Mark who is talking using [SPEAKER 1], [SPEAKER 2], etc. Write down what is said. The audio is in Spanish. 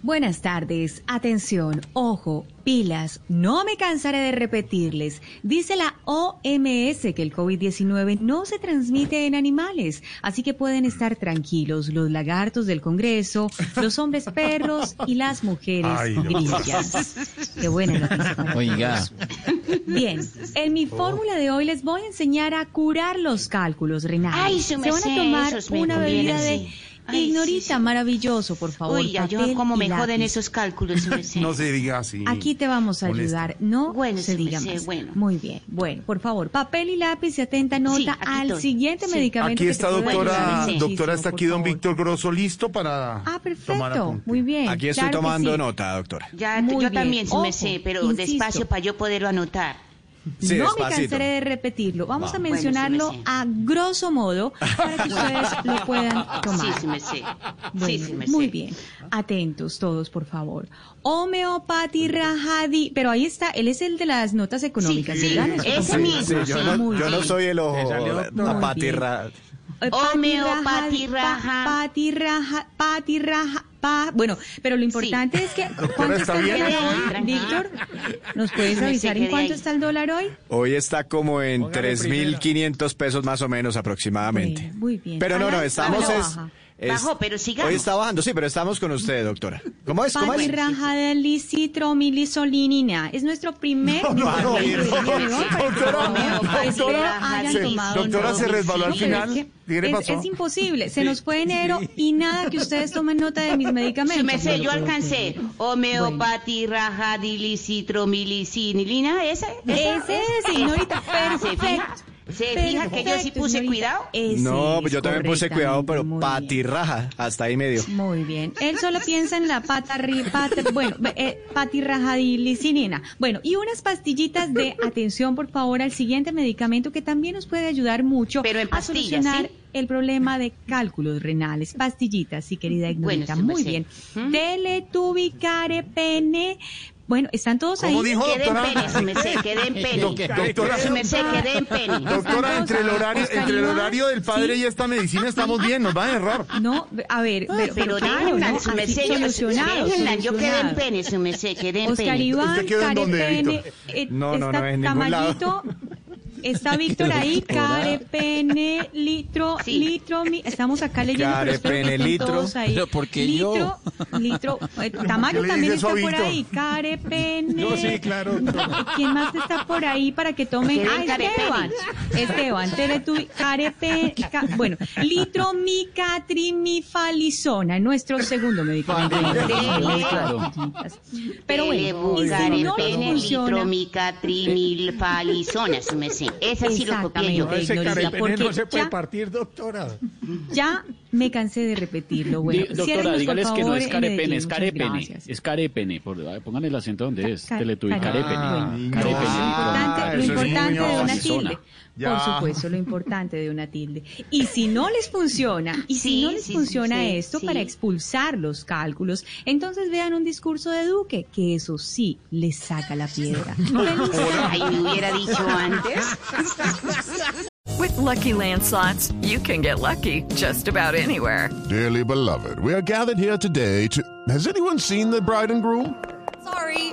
[SPEAKER 1] Buenas tardes, atención, ojo, pilas, no me cansaré de repetirles. Dice la OMS que el COVID-19 no se transmite en animales, así que pueden estar tranquilos los lagartos del Congreso, los hombres perros y las mujeres
[SPEAKER 2] Ay, no.
[SPEAKER 1] grillas. Qué buena noticia. para
[SPEAKER 3] Oiga,
[SPEAKER 1] Bien, en mi fórmula de hoy les voy a enseñar a curar los cálculos renales.
[SPEAKER 4] Ay,
[SPEAKER 1] Se
[SPEAKER 4] su
[SPEAKER 1] van a
[SPEAKER 4] merced,
[SPEAKER 1] tomar
[SPEAKER 4] esos me
[SPEAKER 1] una
[SPEAKER 4] convienen,
[SPEAKER 1] bebida de
[SPEAKER 4] sí. Ay,
[SPEAKER 1] ignorita
[SPEAKER 4] sí, sí.
[SPEAKER 1] maravilloso, por favor.
[SPEAKER 4] Oiga, yo
[SPEAKER 1] papel
[SPEAKER 4] como
[SPEAKER 1] y
[SPEAKER 4] me joden
[SPEAKER 1] lápiz.
[SPEAKER 4] esos cálculos, su merced.
[SPEAKER 2] No se diga así.
[SPEAKER 1] Aquí te vamos a
[SPEAKER 2] Molesta.
[SPEAKER 1] ayudar, no
[SPEAKER 4] Bueno,
[SPEAKER 1] se
[SPEAKER 4] sí,
[SPEAKER 1] diga
[SPEAKER 4] sí,
[SPEAKER 1] más.
[SPEAKER 4] bueno.
[SPEAKER 1] Muy bien, bueno, por favor, papel y lápiz y atenta nota
[SPEAKER 4] Sí, aquí
[SPEAKER 1] al
[SPEAKER 4] estoy.
[SPEAKER 1] siguiente
[SPEAKER 4] Sí.
[SPEAKER 1] medicamento.
[SPEAKER 2] Aquí
[SPEAKER 1] que
[SPEAKER 2] está
[SPEAKER 1] te puede
[SPEAKER 2] doctora,
[SPEAKER 1] ayudar
[SPEAKER 4] Sí.
[SPEAKER 1] muchísimo,
[SPEAKER 2] doctora está
[SPEAKER 1] por
[SPEAKER 2] aquí don
[SPEAKER 1] favor.
[SPEAKER 2] Víctor Grosso listo para
[SPEAKER 1] Ah,
[SPEAKER 2] tomar
[SPEAKER 1] perfecto,
[SPEAKER 2] apuntes.
[SPEAKER 1] muy bien.
[SPEAKER 5] Aquí estoy
[SPEAKER 1] claro que
[SPEAKER 5] tomando
[SPEAKER 1] sí.
[SPEAKER 5] nota, doctor.
[SPEAKER 4] Ya,
[SPEAKER 1] Muy
[SPEAKER 4] yo
[SPEAKER 1] bien.
[SPEAKER 4] también, su
[SPEAKER 1] Ojo,
[SPEAKER 4] merced, pero
[SPEAKER 1] insisto.
[SPEAKER 4] despacio para yo poderlo anotar.
[SPEAKER 5] Sí,
[SPEAKER 1] no me
[SPEAKER 5] despacito.
[SPEAKER 1] cansaré de repetirlo. Vamos a
[SPEAKER 4] Bueno, sí me
[SPEAKER 1] mencionarlo
[SPEAKER 4] sé.
[SPEAKER 1] a grosso modo para que ustedes lo puedan tomar.
[SPEAKER 4] Ah, Sí, su merced. sí,
[SPEAKER 1] Bueno,
[SPEAKER 4] su merced.
[SPEAKER 1] muy bien. Atentos todos, por favor. Homeopati Rajadi. Pero ahí está, él es el de las notas económicas,
[SPEAKER 4] Sí,
[SPEAKER 1] ¿verdad?
[SPEAKER 4] sí,
[SPEAKER 1] Nuestro
[SPEAKER 4] ese
[SPEAKER 1] compañero.
[SPEAKER 4] mismo,
[SPEAKER 5] Sí, yo,
[SPEAKER 4] sí,
[SPEAKER 5] no,
[SPEAKER 1] muy
[SPEAKER 5] yo no
[SPEAKER 1] bien.
[SPEAKER 5] soy el ojo,
[SPEAKER 2] Te salió
[SPEAKER 5] la,
[SPEAKER 2] muy
[SPEAKER 5] la
[SPEAKER 1] bien.
[SPEAKER 5] patirra.
[SPEAKER 1] Eh,
[SPEAKER 4] Homeopati
[SPEAKER 1] Pati Raja-
[SPEAKER 4] Oh, Raja.
[SPEAKER 1] Pati Raja, Pati Raja, pa- bueno, pero lo importante es que ¿cuánto
[SPEAKER 2] ¿está
[SPEAKER 1] está el
[SPEAKER 2] bien?
[SPEAKER 1] dólar hoy,
[SPEAKER 4] Tranquila.
[SPEAKER 1] Víctor? ¿Nos puedes
[SPEAKER 4] Me
[SPEAKER 1] avisar en
[SPEAKER 4] saqué de
[SPEAKER 1] cuánto
[SPEAKER 4] ahí.
[SPEAKER 1] está el dólar hoy?
[SPEAKER 5] Hoy está como en 3.500 pesos más o menos aproximadamente.
[SPEAKER 1] Bueno, muy bien.
[SPEAKER 5] Pero no,
[SPEAKER 1] Ahora
[SPEAKER 5] no, estamos...
[SPEAKER 1] bajó,
[SPEAKER 5] es-
[SPEAKER 1] baja.
[SPEAKER 5] es-
[SPEAKER 4] Bajó, pero sigamos.
[SPEAKER 5] Hoy está bajando, sí, pero estamos con usted, doctora. ¿Cómo es? ¿Cómo
[SPEAKER 1] Pati
[SPEAKER 5] es?
[SPEAKER 1] Raja de licitromilisolinina. Es nuestro primer
[SPEAKER 2] No, no, no,
[SPEAKER 1] medicamento
[SPEAKER 2] no,
[SPEAKER 1] que llegó para que
[SPEAKER 2] doctora,
[SPEAKER 1] todos
[SPEAKER 4] doctora,
[SPEAKER 1] ustedes hayan
[SPEAKER 4] sí,
[SPEAKER 1] tomado
[SPEAKER 2] doctora, se
[SPEAKER 1] nota.
[SPEAKER 2] resbaló al
[SPEAKER 1] No, pero
[SPEAKER 2] final.
[SPEAKER 1] es que
[SPEAKER 2] ¿Qué le
[SPEAKER 1] es-
[SPEAKER 2] pasó?
[SPEAKER 1] Es imposible. Se nos fue enero y nada que ustedes tomen nota de mis medicamentos.
[SPEAKER 4] Su merced, yo alcancé Oh, homeopati, rajadilicitromilicinilina, esa,
[SPEAKER 1] Ese
[SPEAKER 4] esa.
[SPEAKER 1] es, señorita,
[SPEAKER 4] Ah, ¿Se fija?
[SPEAKER 1] perfecto.
[SPEAKER 4] ¿Se fija que yo sí
[SPEAKER 1] Perfecto,
[SPEAKER 4] puse
[SPEAKER 1] señorita.
[SPEAKER 4] cuidado?
[SPEAKER 1] Ese
[SPEAKER 5] No,
[SPEAKER 1] eh,
[SPEAKER 5] pues
[SPEAKER 1] es
[SPEAKER 5] yo también puse cuidado, pero
[SPEAKER 1] correctamente, muy bien.
[SPEAKER 5] patirraja, hasta ahí medio.
[SPEAKER 1] Muy bien. Él solo piensa en la pata, ri- pata bueno, eh, patirrajadilicinina. Bueno, y unas pastillitas de atención, por favor, al siguiente medicamento que también nos puede ayudar mucho
[SPEAKER 4] Pero en
[SPEAKER 1] a
[SPEAKER 4] pastillas,
[SPEAKER 1] solucionar
[SPEAKER 4] ¿sí?
[SPEAKER 1] el problema de cálculos renales. Pastillitas, sí, querida ignorita.
[SPEAKER 4] sí,
[SPEAKER 1] Muy
[SPEAKER 4] sí.
[SPEAKER 1] bien.
[SPEAKER 4] ¿Mm?
[SPEAKER 1] Teletubicarepene. Bueno, ¿están todos ahí?
[SPEAKER 2] ¿Cómo dijo
[SPEAKER 4] Queden
[SPEAKER 2] doctora?
[SPEAKER 4] pene, su merced, queden pene.
[SPEAKER 2] Doctora,
[SPEAKER 4] Su merced, queden pene.
[SPEAKER 1] Ah,
[SPEAKER 2] doctora, entre el horario,
[SPEAKER 1] Oscar
[SPEAKER 2] entre el
[SPEAKER 1] Iván,
[SPEAKER 2] horario del padre
[SPEAKER 1] sí.
[SPEAKER 2] y esta medicina estamos bien, nos van a errar.
[SPEAKER 1] No, a ver, pero,
[SPEAKER 4] Pero
[SPEAKER 1] pero claro,
[SPEAKER 4] déjenla,
[SPEAKER 1] ¿no?
[SPEAKER 4] su
[SPEAKER 1] Así
[SPEAKER 4] merced, yo-
[SPEAKER 1] solucionado,
[SPEAKER 4] déjenla, yo quedé en
[SPEAKER 1] solucionado.
[SPEAKER 4] pene, su merced, quedé en
[SPEAKER 1] Oscar
[SPEAKER 4] pene.
[SPEAKER 1] Iván,
[SPEAKER 2] ¿Usted quedó en dónde,
[SPEAKER 1] Carepene,
[SPEAKER 2] Víctor?
[SPEAKER 1] eh,
[SPEAKER 5] No, no, no,
[SPEAKER 1] está
[SPEAKER 5] en ningún lado.
[SPEAKER 1] Tamayito, Está Víctor ahí, Carepene, litro,
[SPEAKER 4] Sí.
[SPEAKER 1] litro, mi- estamos acá leyendo, pero espero que
[SPEAKER 5] Carepene,
[SPEAKER 1] estén
[SPEAKER 5] litro.
[SPEAKER 1] todos ahí.
[SPEAKER 3] Pero ¿por qué
[SPEAKER 1] litro, litro, eh, Tamayo
[SPEAKER 2] le
[SPEAKER 1] también
[SPEAKER 2] dice eso
[SPEAKER 1] está
[SPEAKER 2] a
[SPEAKER 1] por
[SPEAKER 2] Víctor?
[SPEAKER 1] ahí, Carepene.
[SPEAKER 2] claro.
[SPEAKER 1] ¿Quién más está por ahí para que tomen?
[SPEAKER 4] Que den
[SPEAKER 1] Ah, Esteban.
[SPEAKER 4] carepene.
[SPEAKER 1] Esteban, Teletubi, Carepe, ca- bueno, litromicatrimifalizona, nuestro segundo medicamento.
[SPEAKER 4] Tele-
[SPEAKER 1] Pero bueno, y si no les
[SPEAKER 4] Telebucarepene,
[SPEAKER 1] funciona,
[SPEAKER 4] litromicatrimilpalizona, su merced. Esa sí lo copié yo.
[SPEAKER 1] Exactamente, ignorita, porque ya,
[SPEAKER 2] partir, doctora.
[SPEAKER 1] ya me cansé de repetirlo. Bueno,
[SPEAKER 6] Di- doctora,
[SPEAKER 1] ciérrenos, por
[SPEAKER 6] dígales que no
[SPEAKER 1] favor,
[SPEAKER 6] es carepene,
[SPEAKER 1] Medellín,
[SPEAKER 6] es
[SPEAKER 1] muchas
[SPEAKER 6] carepene.
[SPEAKER 1] gracias.
[SPEAKER 6] Es carepene. por- Pongan el acento donde es.
[SPEAKER 1] Ca-
[SPEAKER 6] Teletubi,
[SPEAKER 1] ca-
[SPEAKER 6] carepene.
[SPEAKER 1] Ah,
[SPEAKER 2] bueno.
[SPEAKER 6] Carepene,
[SPEAKER 1] importante,
[SPEAKER 2] Ah,
[SPEAKER 1] lo
[SPEAKER 2] eso es muy
[SPEAKER 1] importante de una
[SPEAKER 2] ñoño.
[SPEAKER 1] tilde.
[SPEAKER 2] Ya.
[SPEAKER 1] Por supuesto, lo importante de una tilde. Y si no les funciona, y si
[SPEAKER 4] Sí,
[SPEAKER 1] no les
[SPEAKER 4] sí, sí,
[SPEAKER 1] funciona
[SPEAKER 4] sí,
[SPEAKER 1] esto
[SPEAKER 4] sí.
[SPEAKER 1] para expulsar los cálculos, entonces vean un discurso de Duque, que eso sí les saca la piedra. Feliz
[SPEAKER 4] Ay, me hubiera dicho antes.
[SPEAKER 7] With Lucky Land slots, you can get lucky just about anywhere.
[SPEAKER 8] Dearly beloved, we are gathered here today to. Has anyone seen the bride and groom?
[SPEAKER 9] Sorry,